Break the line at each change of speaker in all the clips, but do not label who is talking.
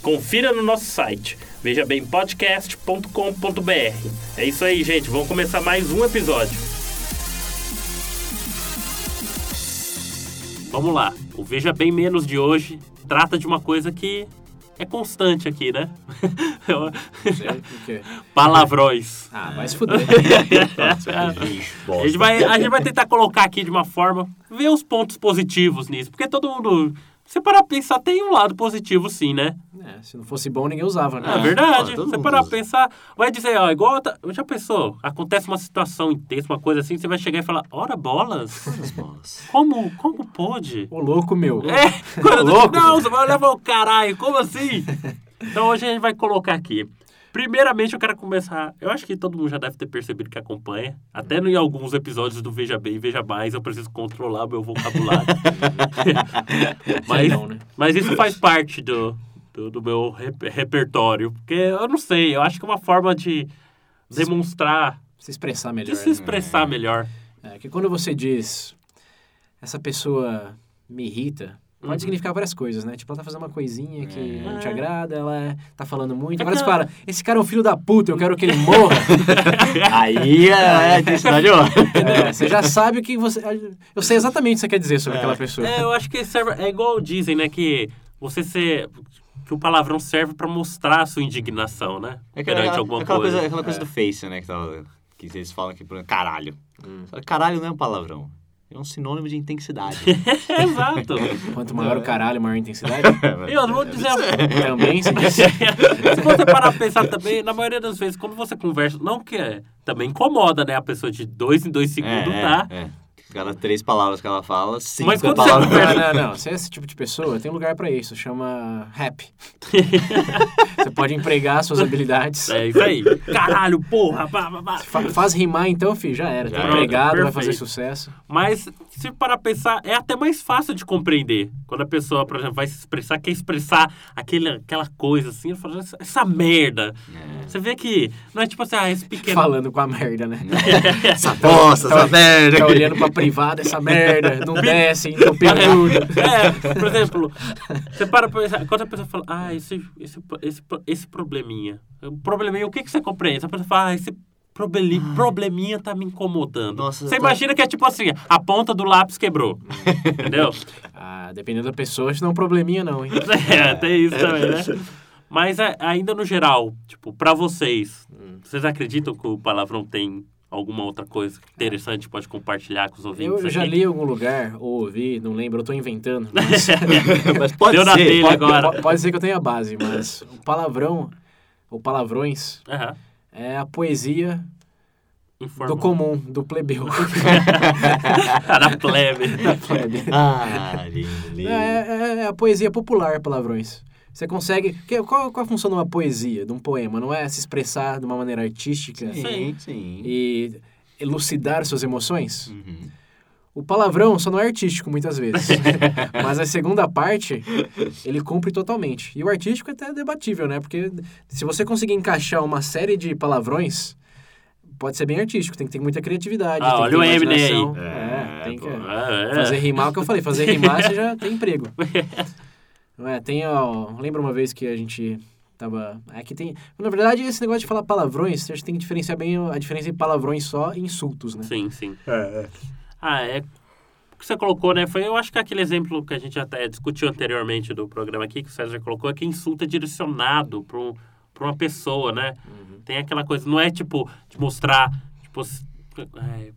Confira no nosso site, vejabempodcast.com.br. É isso aí, gente, vamos começar mais um episódio. Vamos lá. O Veja Bem Menos de hoje trata de uma coisa que é constante aqui, né?
Sei, o quê?
Palavrões.
Ah, vai se fuder.
A gente, vai, a gente vai tentar colocar aqui de uma forma, ver os pontos positivos nisso, porque todo mundo. Se parar pra pensar, tem um lado positivo sim, né?
É, se não fosse bom, ninguém usava, né?
É verdade.
Ah, todo
você
mundo
parar pra
usa.
pensar, vai dizer, ó, igual. tá- Já pensou? Acontece uma situação intensa, uma coisa assim, você vai chegar e falar, ora bolas? Como, como pode?
Ô, louco meu.
É, quando eu digo,
louco,
não,
mano.
você vai olhar e falar, caralho, como assim? Então hoje a gente vai colocar aqui. Primeiramente eu quero começar, eu acho que todo mundo já deve ter percebido que acompanha, até no- em alguns episódios do Veja Bem e Veja Mais, eu preciso controlar meu vocabulário. mas,
Não, né?
mas isso faz parte do, do, do meu rep- repertório, porque eu não sei, eu acho que é uma forma de demonstrar,
Se expressar melhor.
de se expressar melhor.
né? É, que quando você diz, essa pessoa me irrita, pode
Uhum.
significar várias coisas, né? Tipo, ela tá fazendo uma coisinha que não te
É.
agrada, ela tá falando muito.
É
Agora
que
você fala, esse cara é um filho da puta, eu quero que ele morra.
Aí é a intensidade ó.
É, você já sabe o que você... Eu sei exatamente o que você quer dizer sobre aquela pessoa.
É, eu acho que serve, é igual dizem, né? Que você ser. Que o palavrão serve pra mostrar a sua indignação, né?
É aquela,
Perante
aquela,
alguma
aquela
coisa. É.
coisa, aquela coisa do Face, né? Que, tava, que eles falam aqui, por exemplo, caralho.
Hum.
Fala, Caralho não é um palavrão. É um sinônimo de intensidade.
É, Exato.
Quanto maior
é.
o caralho, maior a intensidade.
Eu
É
não vou dizer.
Também se diz...
Se você parar pra pensar também, na maioria das vezes, quando você conversa, não que é, também incomoda, né? A pessoa de dois em dois segundos, tá?
É, é. Cada três palavras que ela fala, cinco
Mas
é
quando você
palavrão.
conversa-
Não, não, não. Você é esse tipo de pessoa, tem lugar pra isso. Chama rap. você pode empregar suas habilidades.
É isso aí. Caralho, porra, pá, pá, pá.
Fa- faz rimar então, filho, já era. Tá
Já era.
empregado, vai fazer
Perfeito.
sucesso.
Mas, se parar pra pensar, é até mais fácil de compreender. Quando a pessoa, por exemplo, vai se expressar, quer expressar aquele, aquela coisa assim, ela fala, "Essa- essa merda. Você vê que não é tipo assim, ah, esse pequeno.
Falando com a merda, né?
Essa bosta, essa merda.
Tá
aqui.
olhando pra privada, essa merda. Não desce, entupiu tudo.
É, por exemplo, você para pra pensar, quando a pessoa fala, ah, esse, esse, esse, esse probleminha. Probleminha, o que, que você compreende? A pessoa fala, ah, esse problemi- probleminha tá me incomodando.
Ah. Nossa,
você
eu tô- É.
imagina que é tipo assim, a ponta do lápis quebrou. entendeu?
Ah, dependendo da pessoa, isso não é um probleminha não, hein?
É, tem isso também, né? Mas é, ainda no geral, tipo, pra vocês, vocês acreditam que o palavrão tem alguma outra coisa interessante que pode compartilhar com os ouvintes?
Eu, eu já
aqui?
li em algum lugar, ou ouvi, não lembro, eu tô inventando. Mas...
Mas pode
Deu na
ser.
telha
pode-
agora.
Po- Pode ser que eu tenha base, mas o palavrão, ou palavrões,
Aham.
é a poesia
Informa.
do comum, do plebeu.
Era plebe.
Ah, lindo,
é,
lindo.
é- é a poesia popular, palavrões. Você consegue. que- Qual, qual a função de uma poesia, de um poema? Não é se expressar de uma maneira artística
Sim, sim.
e elucidar suas emoções?
Uhum.
O palavrão só não é artístico muitas vezes. Mas a segunda parte, ele cumpre totalmente. E o artístico é até debatível, né? Porque se você conseguir encaixar uma série de palavrões, pode ser bem artístico. Tem que ter muita criatividade.
Ah,
tem
olha
que ter
o Eminem aí.
imaginação.
É,
É, tem que
pô.
Ah, é.
fazer rimar o que eu falei. Fazer rimar, você já tem emprego. Não é? Tem, ó, lembra uma vez que a gente tava... É que tem... Na verdade, esse negócio de falar palavrões, você tem que diferenciar bem a diferença entre palavrões só e insultos, né?
Sim, sim. Ah, é. O que você colocou, né? Foi, eu acho que aquele exemplo que a gente até discutiu anteriormente do programa aqui, que o César colocou, é que insulto é direcionado para um, pra uma pessoa, né? Tem aquela coisa, não é tipo de mostrar, tipo, s-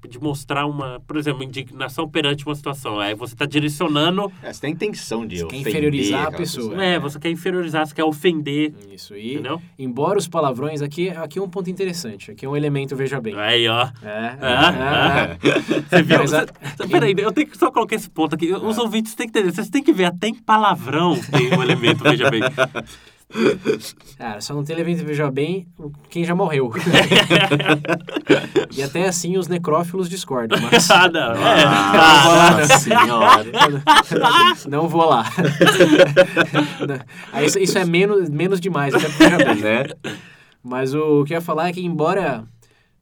é, de mostrar uma, por exemplo, indignação perante uma situação. Aí você está direcionando,
É, você tem intenção de
Você quer
ofender
inferiorizar a
aquela
pessoa.
né? Você quer inferiorizar, você quer ofender,
Isso, e...
entendeu?
Embora os palavrões, aqui, aqui é um ponto interessante, aqui é um elemento, veja bem.
Aí, ó.
É,
Ah,
é,
Você viu?
Mas a-
Você- Peraí, eu tenho que só colocar esse ponto aqui. Os ouvintes têm que entender. Vocês têm que ver até em palavrão tem um elemento, veja bem.
Cara, ah, é, só não tem Levento Veja Bem quem já morreu. e até assim os necrófilos discordam, mas
Ah, não. É.
Ah, Nossa senhora.
não vou lá. Aí isso- isso é menos, menos demais, até pro Veja Bem.
né?
Mas o que eu ia falar é que, embora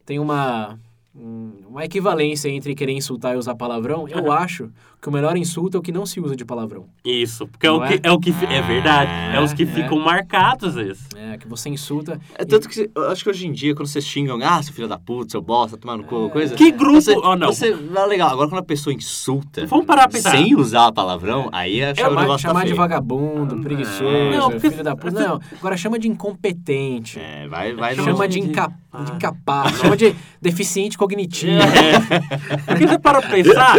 tenha uma, um- uma equivalência entre querer insultar e usar palavrão, eu acho que o melhor insulto é o que não se usa de palavrão.
Isso, porque é
Não
o, que,
é?
é? o que. fi- É verdade. É os que
É.
ficam marcados, esses.
É, que você insulta.
É tanto que você- eu acho que hoje em dia, quando vocês xingam, ah, seu filho da puta, seu bosta, tomar no cu, coisa.
Que grupo-
Você,
Ah, não.
Você, ah, legal, agora quando a pessoa insulta.
Vamos parar pra pensar.
Sem usar palavrão, aí é o
Chamar,
negócio tá
chamar de
feio.
vagabundo, preguiçoso,
Não, porque-
filho da puta. Não, agora chama de incompetente.
É, vai, vai. no-
Chama de, inca- de incapaz, chama de deficiente cognitivo.
É. Porque você para pra pensar,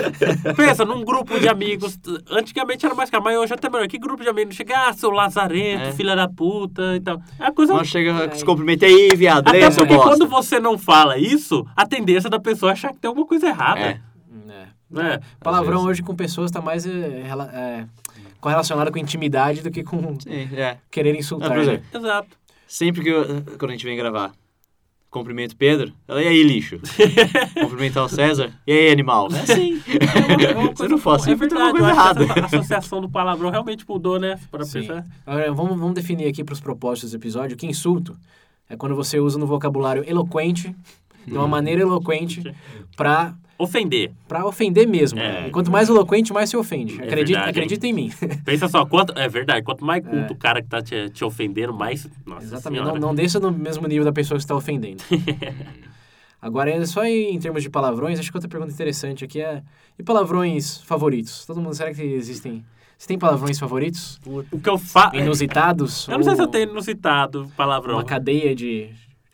pensa num grupo de amigos. Antigamente era mais caro, mas hoje é até melhor. Que grupo de amigos? Chega, ah, seu lazarento,
É.
filha da puta e tal. É a coisa.
Não chega, se cumprimenta aí, viado.
até
ei, seu
porque
bosta.
quando você não fala isso, a tendência da pessoa é achar que tem alguma coisa errada.
É.
É.
Né?
Palavrão
vezes.
hoje com pessoas tá mais é, rela- é, correlacionado com intimidade do que com
Sim, é.
querer
Ah,
insultar. né?
por
né?
exemplo,
Exato.
sempre que eu- quando a gente vem gravar, cumprimento Pedro, ela, e aí, lixo? Cumprimentar o César, e aí, animal? É assim.
É uma
Se não fosse,
é
sempre tem alguma
verdade. Eu
coisa
acho que
errada.
essa associação do palavrão realmente mudou, né? Para
Sim.
pensar.
Agora, vamos, vamos definir aqui para os propósitos do episódio que insulto é quando você usa no vocabulário eloquente, de uma maneira eloquente, para
Ofender.
para ofender mesmo.
É.
E quanto mais eloquente, mais se ofende.
É
Acredita,
verdade, hein?
acredita em mim.
Pensa só, quanto, é verdade, quanto mais culto o cara que tá te, te ofendendo, mais. Nossa
Exatamente. Não,
Senhora.
não deixa no mesmo nível da pessoa que está ofendendo. Agora, é só em termos de palavrões, acho que outra pergunta interessante aqui é... E palavrões favoritos? Todo mundo, será que existem... Você tem palavrões favoritos?
O que eu faço.
Inusitados?
Eu não sei
Ou
se eu tenho inusitado palavrão.
Uma cadeia de...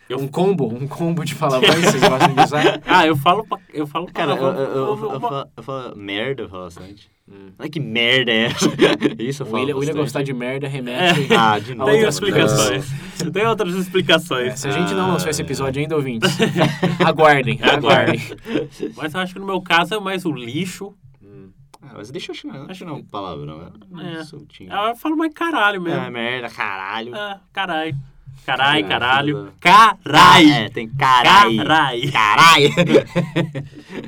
Eu-
Um combo? Um combo de palavrões vocês gostam de usar?
Ah, eu falo, pa- eu falo
Cara, eu,
palavrão.
eu, eu, eu,
Uma-
falo, eu falo merda, eu falo bastante. Ai, que merda é essa? Isso eu
O
falo
William, o William
bastante.
gostar de merda remete...
Ah, de novo.
Tem
Outras
explicações. Tem outras
É,
explicações.
se a gente não lançou esse episódio ainda, ouvintes, aguardem, aguardem.
Mas eu acho que no meu caso é mais o lixo.
Ah, mas deixa eu chamar. Acho que não é um palavrão, né?
É.
Soltinho.
Eu falo mais caralho
Ah,
mesmo.
merda, caralho.
Ah, caralho. Caralho,
Caralho.
caralho. Né? Caralho.
É, tem caralho.
Caralho.
Caralho.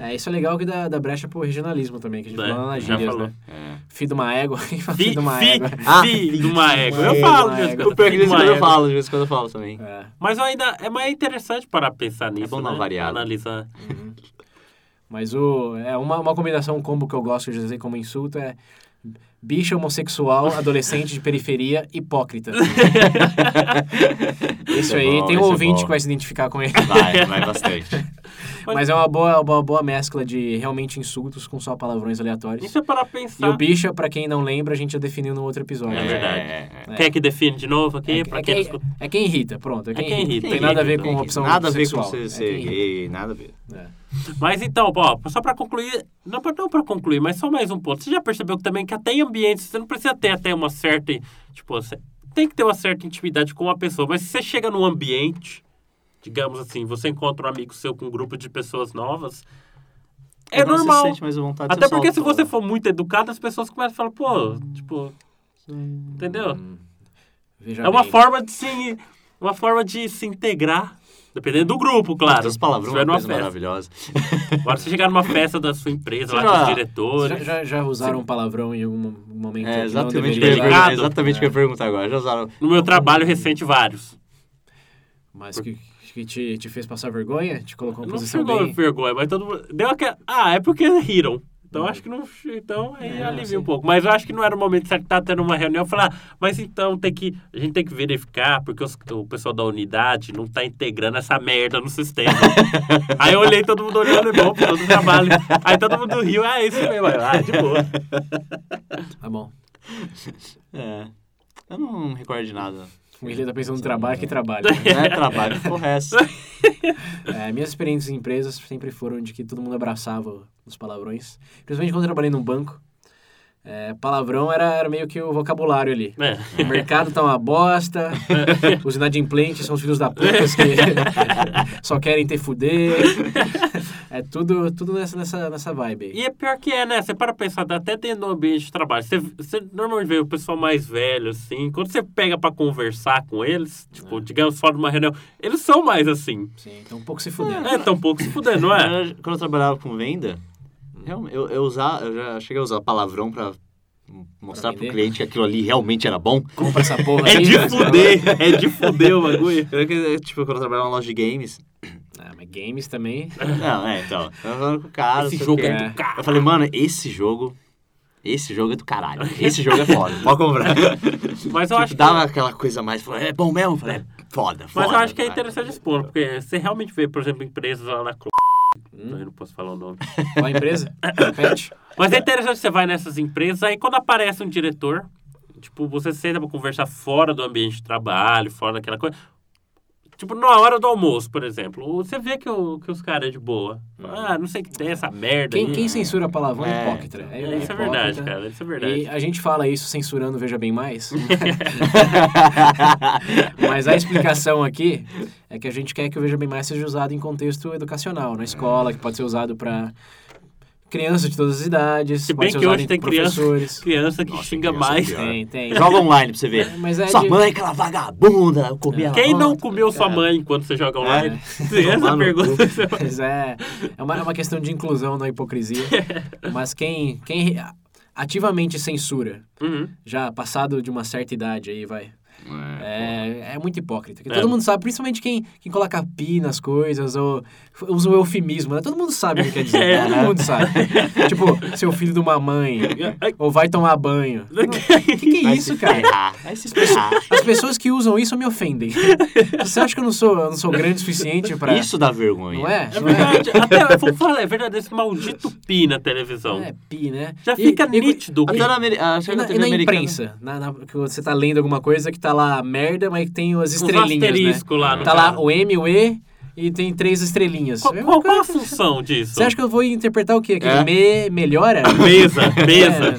É, isso é legal que dá, dá brecha pro regionalismo também, que a gente
É,
falou lá nas
já
gírias,
falou.
né?
É.
Fi de uma égua, quem fala
Fi,
fi de uma
fi,
égua.
Ah,
fi
fi
de uma égua.
de
Eu
uma
falo de
égua.
vez em
O
quando.
pior
Fi de
é que de vez em
uma
quando eu
égua.
falo, de vez em quando eu falo também.
É.
Mas eu ainda é mais interessante para pensar nisso.
É bom dar uma
né?
variada.
Analisar.
Mas o, é uma, uma combinação, um combo que eu gosto de dizer como insulto é bicha homossexual, adolescente de periferia, hipócrita. Isso
Esse é
aí,
bom,
tem um
esse é
ouvinte
bom.
que vai se identificar com ele.
Vai, vai bastante.
Mas é uma boa, uma boa mescla de realmente insultos com só palavrões aleatórios.
Isso é para
E o
pensar.
bicha, pra quem não lembra, a gente já definiu no outro episódio.
É verdade.
é, é.
Quer que define de novo aqui?
É,
pra
é
quem
quem,
escuta?
é quem irrita, pronto. É quem,
quem irrita,
irrita. Tem nada a ver
irrita,
com opção
Nada a ver com
sexual.
você
É
ser
quem irrita.
gay, nada a ver.
É.
Mas então, ó, só pra concluir, não pra, não pra concluir, mas só mais um ponto. Você já percebeu que também que até em ambientes, você não precisa ter até uma certa, tipo, você tem que ter uma certa intimidade com uma pessoa, mas se você chega num ambiente, digamos assim, você encontra um amigo seu com um grupo de pessoas novas, é
Quando você
normal.
sente mais à vontade,
Até
você
porque se
solta.
você for muito educado, as pessoas começam a falar, pô, tipo, entendeu?
Veja
É uma
bem.
forma de se uma forma de se integrar, dependendo do grupo, claro.
Os palavrões
Se
é
tiver
uma
numa
coisa
festa.
maravilhosa.
Agora, se chegar numa festa da sua empresa, lá com
Você
os
já-
Vocês Já,
diretores.
já, já usaram um palavrão em algum mo- momento? Então, que
É
não
exatamente o que eu
deveria
ia
Delicado.
usar?
perguntar- é exatamente o que eu ia perguntar agora. Já usaram.
No meu trabalho recente, vários.
Mas que, que te, te fez passar vergonha? Te colocou em
Não
posição
chegou
bem...
vergonha, mas todo mundo. Deu aquela. Ah, é porque riram. Então acho que não. Então aí
É, sim.
alivia um pouco. Mas eu acho que não era o momento certo de estar tendo uma reunião e falar, "Ah, mas então tem que. A gente tem que verificar, porque os- o pessoal da unidade não tá integrando essa merda no sistema. aí eu olhei todo mundo olhando, bom, pro todo trabalho. Aí todo mundo riu, ah, isso mesmo. Aí eu, Ah, de boa.
Tá bom.
É. Eu não recordo de nada.
O William tá pensando no trabalho, que trabalho.
Não é trabalho, porra, é essa.
É, minhas experiências em empresas sempre foram de que todo mundo abraçava os palavrões. Principalmente quando eu trabalhei num banco. É, palavrão era, era meio que o vocabulário ali.
É.
O mercado tá uma bosta, os inadimplentes são os filhos da puta que só querem ter fuder. É tudo, tudo nessa, nessa, nessa vibe aí.
E é pior que é, né? Você para pra pensar, dá até dentro do ambiente de trabalho. Você, você normalmente vê o pessoal mais velho, assim. Quando você pega pra conversar com eles, tipo, digamos fora de uma reunião, eles são mais assim.
Sim, então um pouco se fudendo.
É, tão pouco se fuder, não é?
Eu- Quando eu trabalhava com venda, eu, eu, eu usava, eu já cheguei a usar palavrão pra mostrar
Pra
pro
vender.
cliente que aquilo ali realmente era bom.
Compra essa porra
É
aí. né?
de fuder, é de fuder o bagulho.
Eu que- Tipo, quando eu trabalhava numa loja de games.
Ah, mas games também.
Não, é, então. Eu tava falando com o cara.
Esse
não sei o
jogo
quê.
é do cara.
Eu falei, mano, esse jogo. Esse jogo é do caralho. Esse jogo é foda. Pode comprar.
Mas eu
Tipo,
acho que...
dava aquela coisa mais. falou, É bom mesmo? Eu Falei, é foda, foda.
Mas eu acho que é
cara.
interessante expor, porque você realmente vê, por exemplo, empresas lá na Cro... Eu não posso falar o nome.
Qual a empresa? Repete.
Mas é interessante você vai nessas empresas, aí quando aparece um diretor, tipo, você senta pra conversar fora do ambiente de trabalho, fora daquela coisa. Tipo, na hora do almoço, por exemplo, você vê que, o, que os caras é de boa. Ah, não sei o que tem essa merda
Quem,
aí.
quem censura palavrão é
É,
hipócrita.
É, isso é verdade, cara. Isso é verdade.
E a gente fala isso censurando Veja Bem Mais, mas a explicação aqui é que a gente quer que o Veja Bem Mais seja usado em contexto educacional, na escola, que pode ser usado para crianças de todas as idades,
Se
pode
bem
ser
que
usado
hoje
em
tem criança,
professores.
criança que
Nossa,
xinga
criança é
mais.
pior.
Tem, tem.
Joga online pra você ver.
Mas é
Sua
de-
mãe, aquela vagabunda, eu comi ela
Quem não
ontem,
comeu sua
cara.
mãe enquanto você joga online?
É.
Tomar
Essa
no
pergunta.
cu.
Mas é, é uma, é uma questão de inclusão na hipocrisia. Mas quem, quem ativamente censura,
Uhum.
já passado de uma certa idade aí, vai,
É.
É, é muito hipócrita. que
É.
Todo mundo sabe, principalmente quem, quem coloca pi nas coisas ou f- usa o eufemismo, né? Todo mundo sabe o que quer dizer.
É.
Todo mundo sabe. tipo, seu filho de uma mãe.
É
Ou vai tomar banho. O que, que é
Vai
isso,
se
cara?
ferrar, Vai se ferrar.
As pessoas que usam isso me ofendem. Você acha que eu não sou, eu não sou grande o suficiente pra.
Isso dá vergonha.
Não é?
É
Não é?
verdade. Até, eu vou falar, é verdade, esse maldito pi na televisão.
É pi, né?
Já
E-
fica
e-
nítido.
Até na, Ameri- ah, acho
E
que na
na, e
TV
na
americana.
imprensa, na, na- que você tá lendo alguma coisa que tá lá merda, mas que tem as
Os
estrelinhas, né?
asterisco lá no
Tá lá
cara.
o M, o E e tem três estrelinhas.
Qual,
É uma
qual- qual a
coisa-
função disso?
Você acha que eu vou interpretar o quê? Aquele
É.
me melhora?
Mesa, mesa.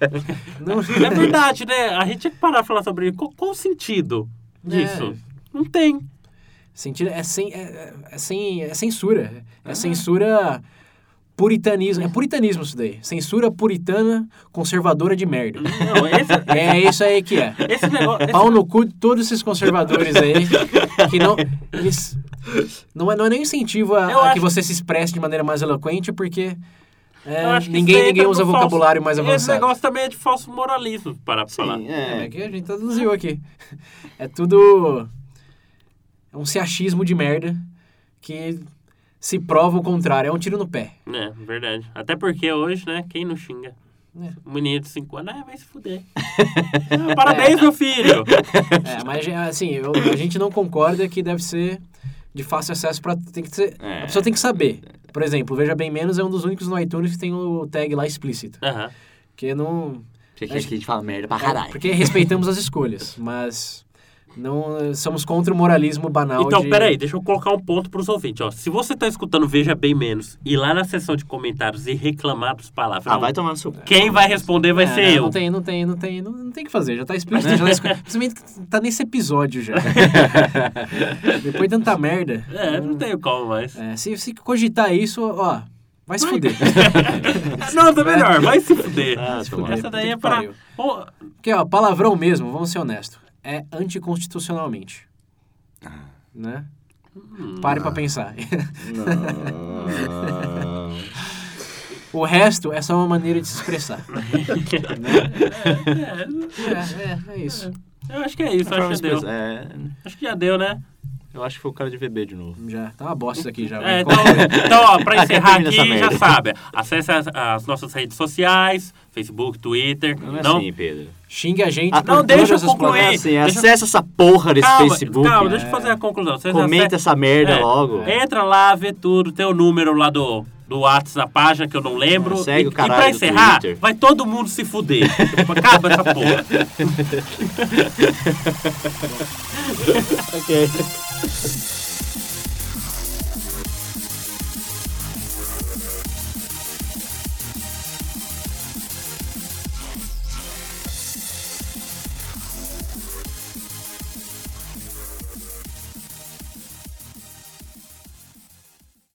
É. Não...
É. verdade, né? A gente tinha que parar de falar sobre isso. Qual, qual o sentido disso?
É.
Não tem.
Sentido é sem é, é- é sem é censura. É
Ah.
censura puritanismo. É puritanismo isso daí. Censura puritana conservadora de merda.
Não, esse,
É isso aí que é.
esse negócio...
Pau no cu de todos esses conservadores aí que não eles não é, não é nem incentivo a,
Eu
a
acho-
que você se expresse de maneira mais eloquente porque é,
eu acho que
ninguém
isso aí
ninguém
entra
usa
no
vocabulário
falso-
mais
Esse
avançado.
negócio também é de falso moralismo, para falar.
Sim,
É, mas
é.
que a gente traduziu aqui. É tudo. É um se achismo de merda que se prova o contrário. É um tiro no pé.
É, verdade. Até porque hoje, né, quem não xinga?
É.
Um menino de 5 anos, ah, vai se fuder. Ah, Parabéns, meu filho!
É, mas assim, eu- a gente não concorda que deve ser de fácil acesso para tem que ser,
É.
a pessoa tem que saber. Por exemplo, veja bem menos é um dos únicos no iTunes que tem o tag lá explícito,
Aham.
que não
Porque aqui a gente fala merda pra caralho.
porque respeitamos as escolhas, mas não somos contra o moralismo banal
Então,
de...
peraí, deixa eu colocar um ponto pros ouvintes. Ó. Se você tá escutando Veja Bem Menos e ir lá na seção de comentários e reclamar dos palavrões,
Ah, vai tomar no seu cu.
quem vai responder vai
É,
ser
não,
eu.
Não tem, não tem, não tem, não, não tem o que fazer, já tá explícito, já tá escuro. Principalmente que tá nesse episódio já. Depois de tanta merda.
É, não tenho como mais.
é, se, se cogitar isso, ó, vai se fuder.
não, tá melhor, vai se fuder.
Ah,
Se
tá
fuder.
bom.
Essa daí
Puta
é
que
pra.
pariu.
Ô,
Porque, ó, palavrão mesmo, vamos ser honestos, é anticonstitucionalmente. Né? Pare pra pensar.
Não.
O resto é só uma maneira de se expressar.
é,
É, é, é isso.
eu acho que é isso, acho que já deu.
É,
Acho que já deu, né?
eu acho que foi o cara de VB de novo.
Já tá uma bosta isso aqui já.
É,
vai.
então, então, ó, pra encerrar
Termina essa
aqui, já
merda.
sabe. Acesse as, as nossas redes sociais, Facebook, Twitter.
Não é
não
assim, Pedro.
Xingue a gente
Ah,
por
não,
todas
deixa eu
essas
concluir.
plataformas.
Assim,
deixa-
acessa essa porra desse
Calma,
Facebook.
calma, deixa eu fazer a conclusão. Vocês
Comenta essa merda
É.
logo.
Entra lá, vê tudo, tem o número lá do, do Whats na página, que eu não lembro.
É, segue
e,
o caralho
e pra
do
encerrar,
Twitter.
vai todo mundo se fuder. Tipo, Acaba essa porra.
Ok.